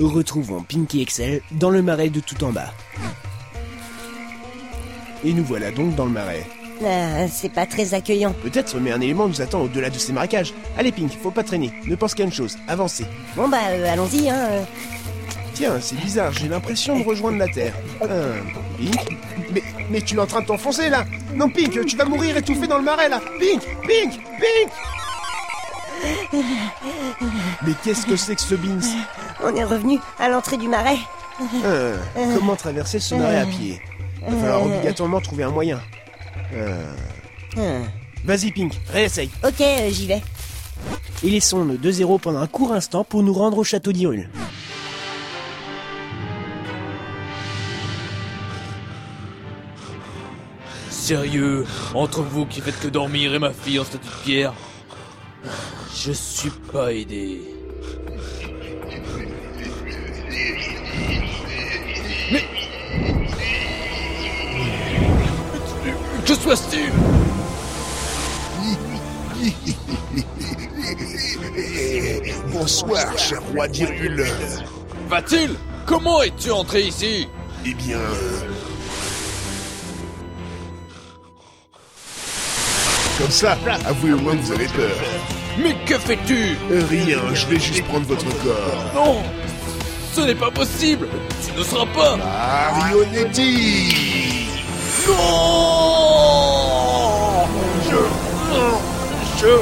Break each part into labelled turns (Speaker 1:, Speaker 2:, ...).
Speaker 1: retrouvons Pinky Excel dans le marais de tout en bas. Et nous voilà donc dans le marais.
Speaker 2: Ah, c'est pas très accueillant.
Speaker 1: Peut-être, mais un élément nous attend au-delà de ces marécages. Allez, Pink, faut pas traîner. Ne pense qu'à une chose, avancez.
Speaker 2: Bon bah euh, allons-y hein. euh.
Speaker 1: Tiens, c'est bizarre, j'ai l'impression de rejoindre la Terre. Hein, Pink mais, mais tu es en train de t'enfoncer là Non, Pink, tu vas mourir étouffé dans le marais là Pink Pink Pink Mais qu'est-ce que c'est que ce Beans
Speaker 2: On est revenu à l'entrée du marais.
Speaker 1: Hein, Comment traverser ce marais à pied Il va falloir obligatoirement trouver un moyen. Hein.
Speaker 2: Ah.
Speaker 1: Vas-y, Pink, réessaye
Speaker 2: Ok, euh, j'y vais.
Speaker 1: et laissons le 2-0 pendant un court instant pour nous rendre au château d'Irule.
Speaker 3: Sérieux, entre vous qui faites que dormir et ma fille en statue de pierre, je suis pas aidé. Mais... Que se passe-t-il
Speaker 4: Eh, Bonsoir, cher roi d'Irule.
Speaker 3: Va-t-il Comment es-tu entré ici
Speaker 4: Eh bien, euh, comme ça, avouez au moins que vous avez peur.
Speaker 3: Mais que fais-tu
Speaker 4: Euh, Rien, je vais juste prendre votre corps.
Speaker 3: Non Ce n'est pas possible Tu ne seras pas
Speaker 4: Marionnetti
Speaker 3: Non Je... Je...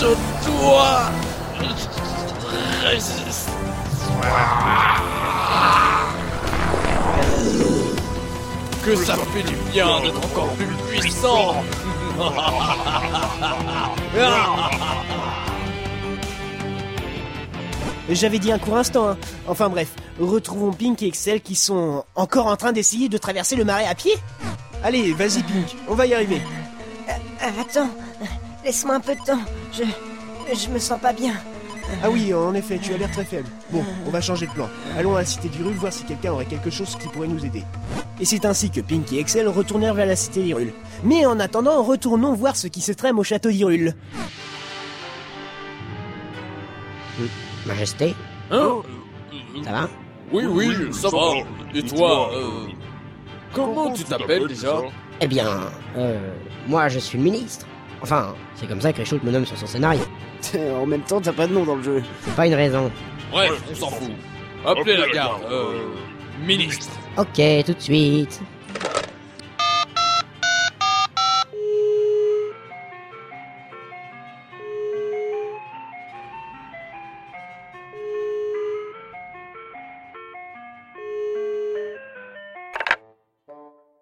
Speaker 3: Je dois... résister. Que ça fait du bien d'être encore plus puissant
Speaker 1: J'avais dit un court instant, hein. Enfin bref, retrouvons Pink et Excel qui sont encore en train d'essayer de traverser le marais à pied Allez, vas-y Pink, on va y arriver.
Speaker 2: Euh, attends, laisse-moi un peu de temps. Je, je me sens pas bien.
Speaker 1: Ah oui, en effet, tu as l'air très faible. Bon, on va changer de plan. Allons à la cité d'Irule voir si quelqu'un aurait quelque chose qui pourrait nous aider. Et c'est ainsi que Pink et Excel retournèrent vers la cité d'Irule. Mais en attendant, retournons voir ce qui se trame au château d'Irule.
Speaker 5: Majesté,
Speaker 3: Hein
Speaker 5: ça va
Speaker 3: Oui, oui, ça va. Et toi, euh, comment tu t'appelles déjà
Speaker 5: Eh bien, euh, moi je suis le ministre. Enfin, c'est comme ça que Richoult me nomme sur son scénario.
Speaker 6: En même temps, t'as pas de nom dans le jeu.
Speaker 5: C'est pas une raison.
Speaker 3: Bref, on s'en fout. Appelez la garde, euh, ministre.
Speaker 5: Ok, tout de suite.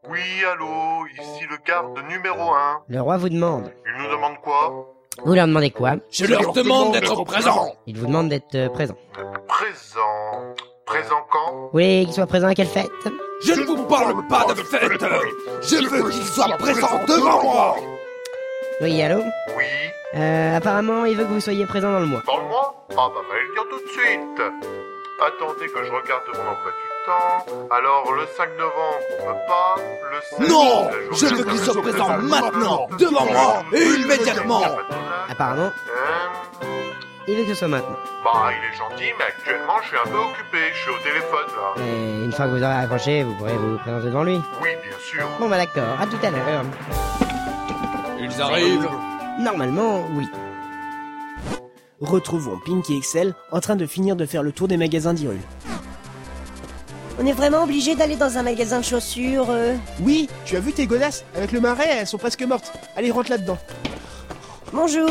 Speaker 7: Oui, allô, ici le garde numéro 1.
Speaker 5: Le roi vous demande.
Speaker 7: Il nous demande quoi
Speaker 5: Vous leur demandez quoi
Speaker 3: Je leur demande d'être présent.
Speaker 5: Il vous demande d'être euh, présent.
Speaker 7: Présent. Présent quand
Speaker 5: Oui, qu'il soit présent à quelle fête
Speaker 3: Je ne vous parle pas de fête. Je veux qu'ils soient présents devant moi.
Speaker 5: Oui, allô
Speaker 7: Oui.
Speaker 5: Euh, apparemment, il veut que vous soyez présent dans le mois.
Speaker 7: Dans le mois Ah bah fallait le dire tout de suite. Attendez que je regarde mon emploi du temps. Alors le 5 novembre, on peut pas. Le 16
Speaker 3: Non,
Speaker 7: la journée
Speaker 3: je veux
Speaker 7: de la
Speaker 3: qu'ils soient
Speaker 7: journée
Speaker 3: présents
Speaker 7: de la
Speaker 3: maintenant,
Speaker 7: journée.
Speaker 3: devant moi, et immédiatement.
Speaker 5: Apparemment,
Speaker 7: Euh,
Speaker 5: il veut que ce soit maintenant.
Speaker 7: Bah il est gentil, mais actuellement je suis un peu occupé. Je suis au téléphone là.
Speaker 5: Et une fois que vous aurez accroché, vous pourrez vous présenter devant lui.
Speaker 7: Oui, bien sûr.
Speaker 5: Bon bah d'accord, à tout à l'heure.
Speaker 3: Ils arrivent.
Speaker 5: Normalement, oui.
Speaker 1: Retrouvons Pink et Excel en train de finir de faire le tour des magasins d'Irule.
Speaker 2: On est vraiment obligé d'aller dans un magasin de chaussures. euh.
Speaker 1: Oui, tu as vu tes godasses Avec le marais, elles sont presque mortes. Allez, rentre là-dedans.
Speaker 2: Bonjour.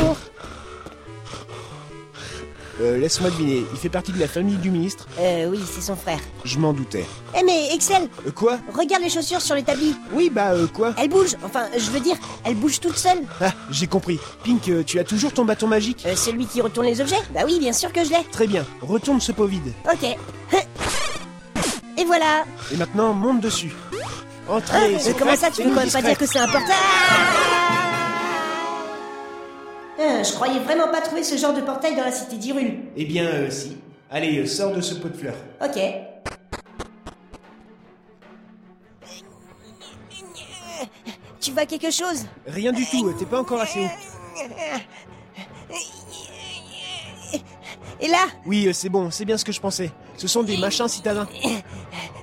Speaker 1: Euh, laisse-moi deviner, il fait partie de la famille du ministre
Speaker 2: Euh, oui, c'est son frère.
Speaker 1: Je m'en doutais.
Speaker 2: Eh mais Excel,
Speaker 1: Euh, quoi
Speaker 2: regarde les chaussures sur l'établi.
Speaker 1: Oui, bah, euh, quoi
Speaker 2: Elles bougent. Enfin, je veux dire, elles bougent toutes seules.
Speaker 1: Ah, j'ai compris. Pink, euh, tu as toujours ton bâton magique
Speaker 2: Euh, celui qui retourne les objets Bah oui, bien sûr que je l'ai.
Speaker 1: Très bien, retourne ce pot vide.
Speaker 2: Ok. Et voilà.
Speaker 1: Et maintenant, monte dessus.
Speaker 2: Hein,
Speaker 1: Entrez,
Speaker 2: euh,
Speaker 1: secrète
Speaker 2: comment ça, tu
Speaker 1: et
Speaker 2: peux quand même pas
Speaker 1: discrète.
Speaker 2: dire que c'est important Ah Euh, Je croyais vraiment pas trouver ce genre de portail dans la cité d'Irule.
Speaker 1: Eh bien, euh, si. Allez, euh, sors de ce pot de fleurs.
Speaker 2: Ok. Tu vois quelque chose
Speaker 1: Rien du tout, euh, t'es pas encore assez haut.
Speaker 2: Et là
Speaker 1: Oui, euh, c'est bon, c'est bien ce que je pensais. Ce sont des machins citadins.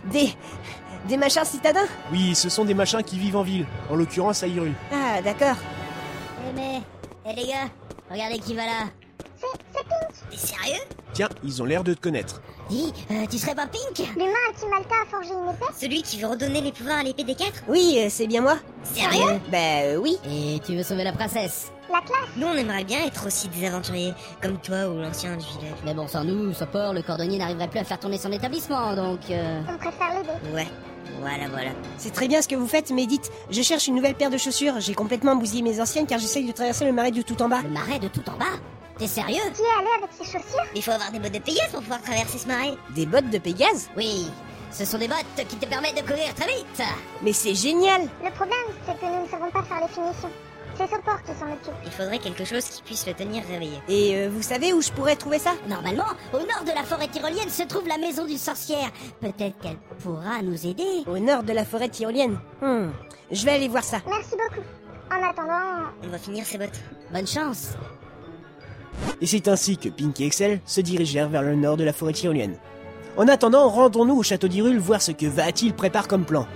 Speaker 2: Des. des machins citadins
Speaker 1: Oui, ce sont des machins qui vivent en ville, en l'occurrence à Hyrule.
Speaker 2: Ah, d'accord.
Speaker 8: Eh mais, eh les gars, regardez qui va là. T'es sérieux
Speaker 1: Tiens, ils ont l'air de te connaître.
Speaker 8: Dis, euh, tu serais pas Pink
Speaker 9: L'humain à qui Malta a forgé une épée
Speaker 8: Celui qui veut redonner les pouvoirs à l'épée des quatre
Speaker 2: Oui, euh, c'est bien moi.
Speaker 8: Sérieux
Speaker 2: Euh, Bah euh, oui.
Speaker 8: Et tu veux sauver la princesse
Speaker 9: La classe
Speaker 8: Nous, on aimerait bien être aussi des aventuriers, comme toi ou l'ancien du village. Mais bon, sans nous, sans port, le cordonnier n'arriverait plus à faire tourner son établissement, donc... Euh...
Speaker 9: On préfère l'aider.
Speaker 8: Ouais, voilà, voilà.
Speaker 2: C'est très bien ce que vous faites, mais dites, je cherche une nouvelle paire de chaussures. J'ai complètement bousillé mes anciennes car j'essaye de traverser le marais du tout en bas.
Speaker 8: Le marais de tout en bas T'es sérieux
Speaker 9: Qui est allé avec ses chaussures
Speaker 8: Il faut avoir des bottes de Pégase pour pouvoir traverser ce marais.
Speaker 2: Des bottes de Pégase
Speaker 8: Oui, ce sont des bottes qui te permettent de courir très vite.
Speaker 2: Mais c'est génial
Speaker 9: Le problème, c'est que nous ne savons pas faire les finitions. C'est Sopor qui s'en occupe.
Speaker 8: Il faudrait quelque chose qui puisse le tenir réveillé.
Speaker 2: Et euh, vous savez où je pourrais trouver ça
Speaker 8: Normalement, au nord de la forêt tyrolienne se trouve la maison d'une sorcière. Peut-être qu'elle pourra nous aider.
Speaker 2: Au nord de la forêt tyrolienne. Hmm. Je vais aller voir ça.
Speaker 9: Merci beaucoup. En attendant,
Speaker 8: On va finir ses bottes. Bonne chance.
Speaker 1: Et c'est ainsi que Pink et Excel se dirigèrent vers le nord de la forêt tyrolienne. En attendant, rendons-nous au château d'Hyrule voir ce que Vaatil prépare comme plan.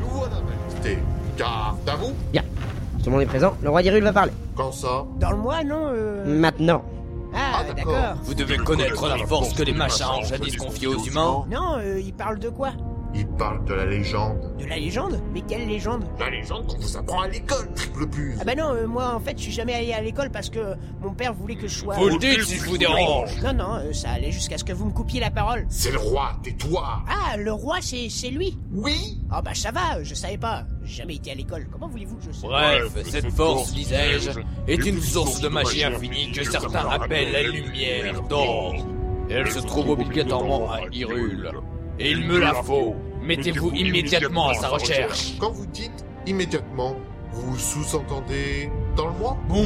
Speaker 7: Nous voilà, Majesté. Garde à vous
Speaker 5: Bien. Tout le monde est présent. Le roi d'Irule va parler.
Speaker 7: Quand ça
Speaker 1: Dans le mois, non euh,
Speaker 5: Maintenant.
Speaker 1: Ah, d'accord.
Speaker 3: Vous devez connaître la force que les machins ont jadis confiée aux humains.
Speaker 1: Non, euh, il parle de quoi
Speaker 7: Il parle de la légende.
Speaker 1: De la légende Mais quelle légende
Speaker 7: La légende qu'on vous apprend à l'école, triple plus.
Speaker 1: Ah bah non, euh, moi en fait je suis jamais allé à l'école parce que mon père voulait que je sois...
Speaker 3: Vous le dites si je vous dérange
Speaker 1: Non, non, euh, ça allait jusqu'à ce que vous me coupiez la parole.
Speaker 7: C'est le roi, tais-toi
Speaker 1: Ah, le roi c'est c'est lui
Speaker 7: Oui
Speaker 1: Ah bah ça va, euh, je savais pas. J'ai jamais été à l'école. Comment voulez-vous que je sache
Speaker 3: Bref, cette force, disais-je, est une source de magie infinie que certains appellent la lumière d'or. Elle se trouve obligatoirement à Hyrule. Et il me la faut. Mettez-vous immédiatement à sa recherche.
Speaker 7: Quand vous dites immédiatement, vous sous-entendez dans le mois
Speaker 3: Bon,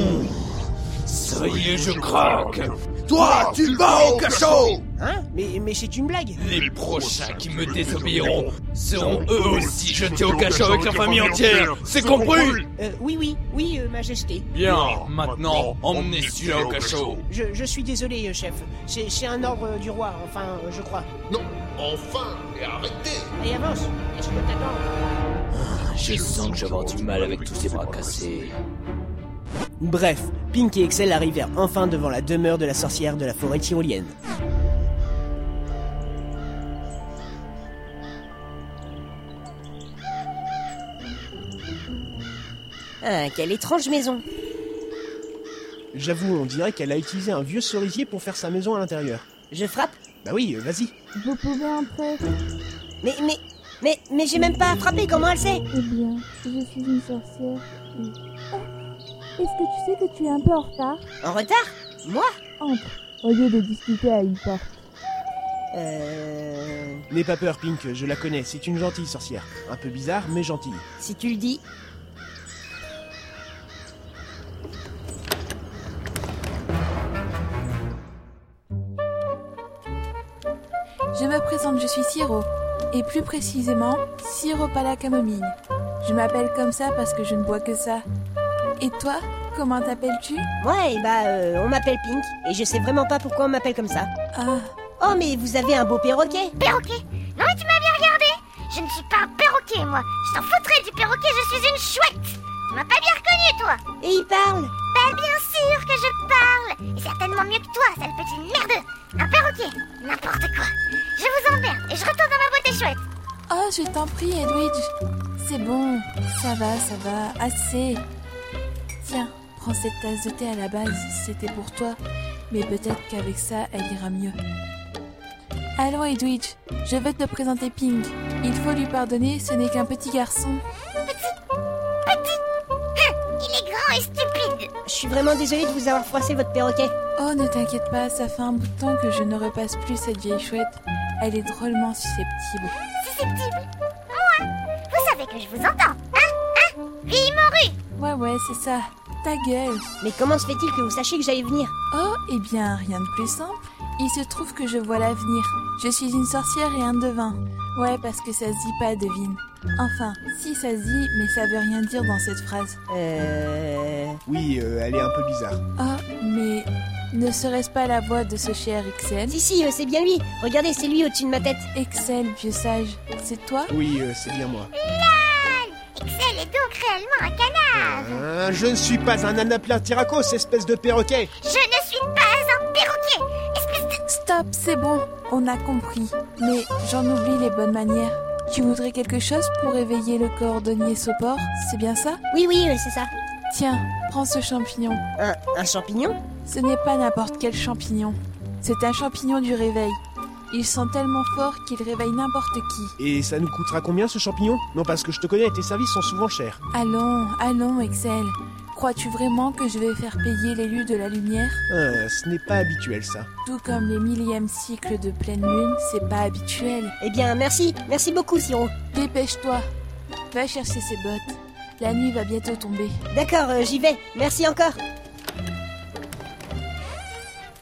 Speaker 3: ça y est, je craque. Toi, Ah, tu vas au cachot
Speaker 1: Hein Mais, mais c'est une blague
Speaker 3: Les prochains qui me désobéiront seront eux aussi jetés au cachot avec la famille entière. C'est compris
Speaker 1: Euh, Oui, oui, oui, euh, Majesté.
Speaker 3: Bien, maintenant, emmenez celui-là au cachot.
Speaker 1: Je, je suis désolé, euh, chef. C'est c'est un ordre euh, du roi, enfin, euh, je crois.
Speaker 7: Non, enfin, et arrêtez
Speaker 1: Allez, avance Est-ce que t'attends
Speaker 3: Je sens que je vais avoir du mal avec tous ces bras cassés.
Speaker 1: Bref, Pink et Excel arrivèrent enfin devant la demeure de la sorcière de la forêt tyrolienne.
Speaker 2: Ah, quelle étrange maison.
Speaker 1: J'avoue, on dirait qu'elle a utilisé un vieux cerisier pour faire sa maison à l'intérieur.
Speaker 2: Je frappe
Speaker 1: Bah oui, euh, vas-y.
Speaker 9: Vous pouvez entrer.
Speaker 2: Mais, mais, mais, mais j'ai même pas à frapper, comment elle sait
Speaker 9: Eh bien, je suis une sorcière. Oh. Est-ce que tu sais que tu es un peu en retard
Speaker 2: En retard Moi
Speaker 9: Au lieu de discuter à une porte.
Speaker 2: Euh...
Speaker 1: N'aie pas peur, Pink, je la connais, c'est une gentille sorcière. Un peu bizarre, mais gentille.
Speaker 2: Si tu le dis...
Speaker 10: Je me présente, je suis Siro, et plus précisément, Siro pas la camomille. Je m'appelle comme ça parce que je ne bois que ça. Et toi, comment t'appelles-tu
Speaker 2: Ouais, et bah, euh, on m'appelle Pink, et je sais vraiment pas pourquoi on m'appelle comme ça.
Speaker 10: Ah,
Speaker 2: Oh, mais vous avez un beau perroquet
Speaker 9: Perroquet Non, mais tu m'as bien regardé Je ne suis pas un perroquet, moi. Je t'en foutrais du perroquet, je suis une chouette Tu m'as pas bien reconnu, toi
Speaker 2: Et il parle
Speaker 9: Bah, bien sûr que je parle Et certainement mieux que toi, sale petit merdeux Un perroquet N'importe quoi Je vous emmerde et je retourne dans ma boîte à chouette
Speaker 10: oh, je t'en prie, Edwidge. C'est bon, ça va, ça va, assez. Tiens, prends cette tasse de thé à la base, c'était pour toi, mais peut-être qu'avec ça, elle ira mieux. Allons, Edwidge, je veux te présenter Ping. Il faut lui pardonner, ce n'est qu'un petit garçon.
Speaker 9: Hum, Il est grand et stupide
Speaker 2: Je suis vraiment désolée de vous avoir froissé votre perroquet.
Speaker 10: Oh, ne t'inquiète pas, ça fait un bout de temps que je ne repasse plus cette vieille chouette. Elle est drôlement susceptible.
Speaker 9: Susceptible Moi Vous savez que je vous entends Hein Hein Vieille morue
Speaker 10: Ouais, ouais, c'est ça. ta gueule
Speaker 11: Mais comment se fait-il que vous sachiez que j'allais venir
Speaker 10: Oh, eh bien, rien de plus simple. Il se trouve que je vois l'avenir. Je suis une sorcière et un devin. Ouais, parce que ça se dit pas, devine. Enfin, si ça se dit, mais ça veut rien dire dans cette phrase.
Speaker 1: Euh... Oui, euh, elle est un peu bizarre.
Speaker 10: Ah, mais ne serait-ce pas la voix de ce cher Excel
Speaker 11: Si, si, euh, c'est bien lui Regardez, c'est lui au-dessus de ma tête
Speaker 10: Excel, vieux sage, c'est toi
Speaker 1: Oui, euh, c'est bien moi.
Speaker 9: Excel est donc réellement un canard
Speaker 1: Hein, je ne suis pas un anaplatiracos, espèce de perroquet
Speaker 9: Je ne suis pas un perroquet
Speaker 10: Stop, c'est bon, on a compris. Mais j'en oublie les bonnes manières. Tu voudrais quelque chose pour éveiller le cordonnier Sopor, c'est bien ça
Speaker 11: Oui, oui, euh, c'est ça.
Speaker 10: Tiens, prends ce champignon.
Speaker 11: Un, un champignon
Speaker 10: Ce n'est pas n'importe quel champignon. C'est un champignon du réveil. Il sent tellement fort qu'il réveille n'importe qui.
Speaker 1: Et ça nous coûtera combien ce champignon Non, parce que je te connais, tes services sont souvent chers.
Speaker 10: Allons, allons, Excel. Crois-tu vraiment que je vais faire payer l'élu de la lumière
Speaker 1: Hein, ce n'est pas habituel ça.
Speaker 10: Tout comme les millièmes cycles de pleine lune, c'est pas habituel.
Speaker 11: Eh bien, merci, merci beaucoup, Siro.
Speaker 10: Dépêche-toi. Va chercher ses bottes. La nuit va bientôt tomber.
Speaker 11: D'accord, euh, j'y vais. Merci encore.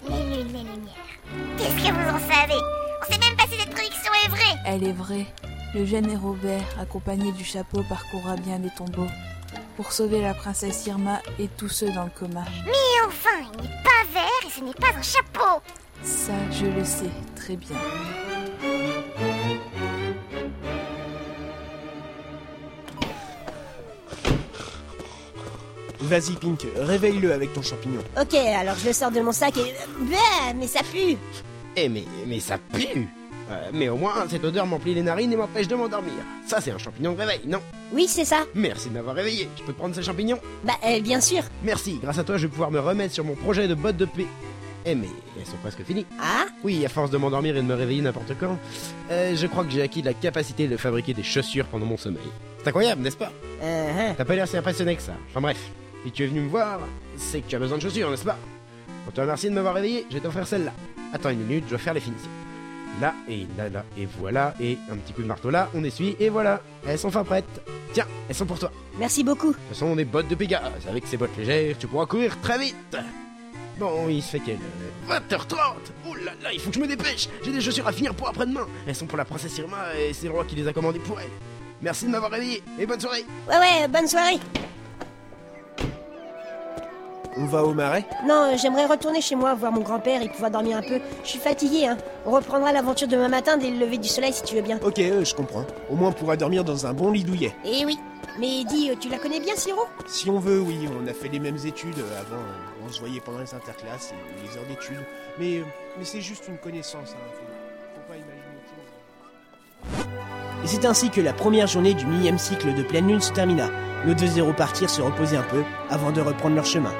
Speaker 9: Les lunes, les lumières. Qu'est-ce que vous en savez On sait même pas si cette prédiction est vraie
Speaker 10: Elle est vraie. Le jeune héros vert, accompagné du chapeau, parcourra bien les tombeaux pour sauver la princesse Irma et tous ceux dans le coma.
Speaker 9: Mais enfin, il n'est pas vert et ce n'est pas un chapeau
Speaker 10: Ça, je le sais très bien.
Speaker 1: Vas-y, Pink, réveille-le avec ton champignon.
Speaker 11: Ok, alors je le sors de mon sac et... Bah, mais ça pue
Speaker 5: Eh mais, mais ça pue Euh, Mais au moins, cette odeur m'emplit les narines et m'empêche de m'endormir. Ça, c'est un champignon de réveil, non
Speaker 11: Oui, c'est ça.
Speaker 5: Merci de m'avoir réveillé. Je peux te prendre ce champignon
Speaker 11: Bah, euh, bien sûr.
Speaker 5: Merci, grâce à toi, je vais pouvoir me remettre sur mon projet de bottes de paix. Eh mais, elles sont presque finies.
Speaker 11: Ah
Speaker 5: Oui, à force de m'endormir et de me réveiller n'importe quand, euh, je crois que j'ai acquis la capacité de fabriquer des chaussures pendant mon sommeil. C'est incroyable, n'est-ce pas
Speaker 11: Euh, hein.
Speaker 5: T'as pas l'air si impressionné que ça. Enfin bref, si tu es venu me voir, c'est que tu as besoin de chaussures, n'est-ce pas Pour te remercier de m'avoir réveillé, je vais t'offrir celle-là. Attends une minute, je dois faire les finitions. Là, et là, là, et voilà, et un petit coup de marteau là, on essuie, et voilà. Elles sont enfin prêtes. Tiens, elles sont pour toi.
Speaker 11: Merci beaucoup.
Speaker 5: Ce sont des bottes de Pégase. Avec ces bottes légères, tu pourras courir très vite. Bon, il se fait quelle euh, heure 20h30 Oh là là, il faut que je me dépêche J'ai des chaussures à finir pour après-demain Elles sont pour la princesse Irma et c'est le roi qui les a commandées pour elle. Merci de m'avoir réveillé et bonne soirée
Speaker 11: Ouais, ouais, bonne soirée.
Speaker 1: On va au marais
Speaker 11: Non, euh, j'aimerais retourner chez moi, voir mon grand-père et pouvoir dormir un peu. Je suis fatiguée, hein. On reprendra l'aventure demain matin dès le lever du soleil si tu veux bien.
Speaker 1: Ok, euh, je comprends. Au moins on pourra dormir dans un bon lit douillet.
Speaker 11: Eh oui. Mais dis, euh, tu la connais bien, Siro
Speaker 1: Si on veut, oui, on a fait les mêmes études. euh, Avant, euh, on se voyait pendant les interclasses et les heures d'études. Mais, euh, mais c'est juste une connaissance, hein. Faut, faut pas imaginer autre chose.
Speaker 12: Et c'est ainsi que la première journée du millième cycle de pleine lune se termina. Nos deux héros partirent se reposer un peu avant de reprendre leur chemin.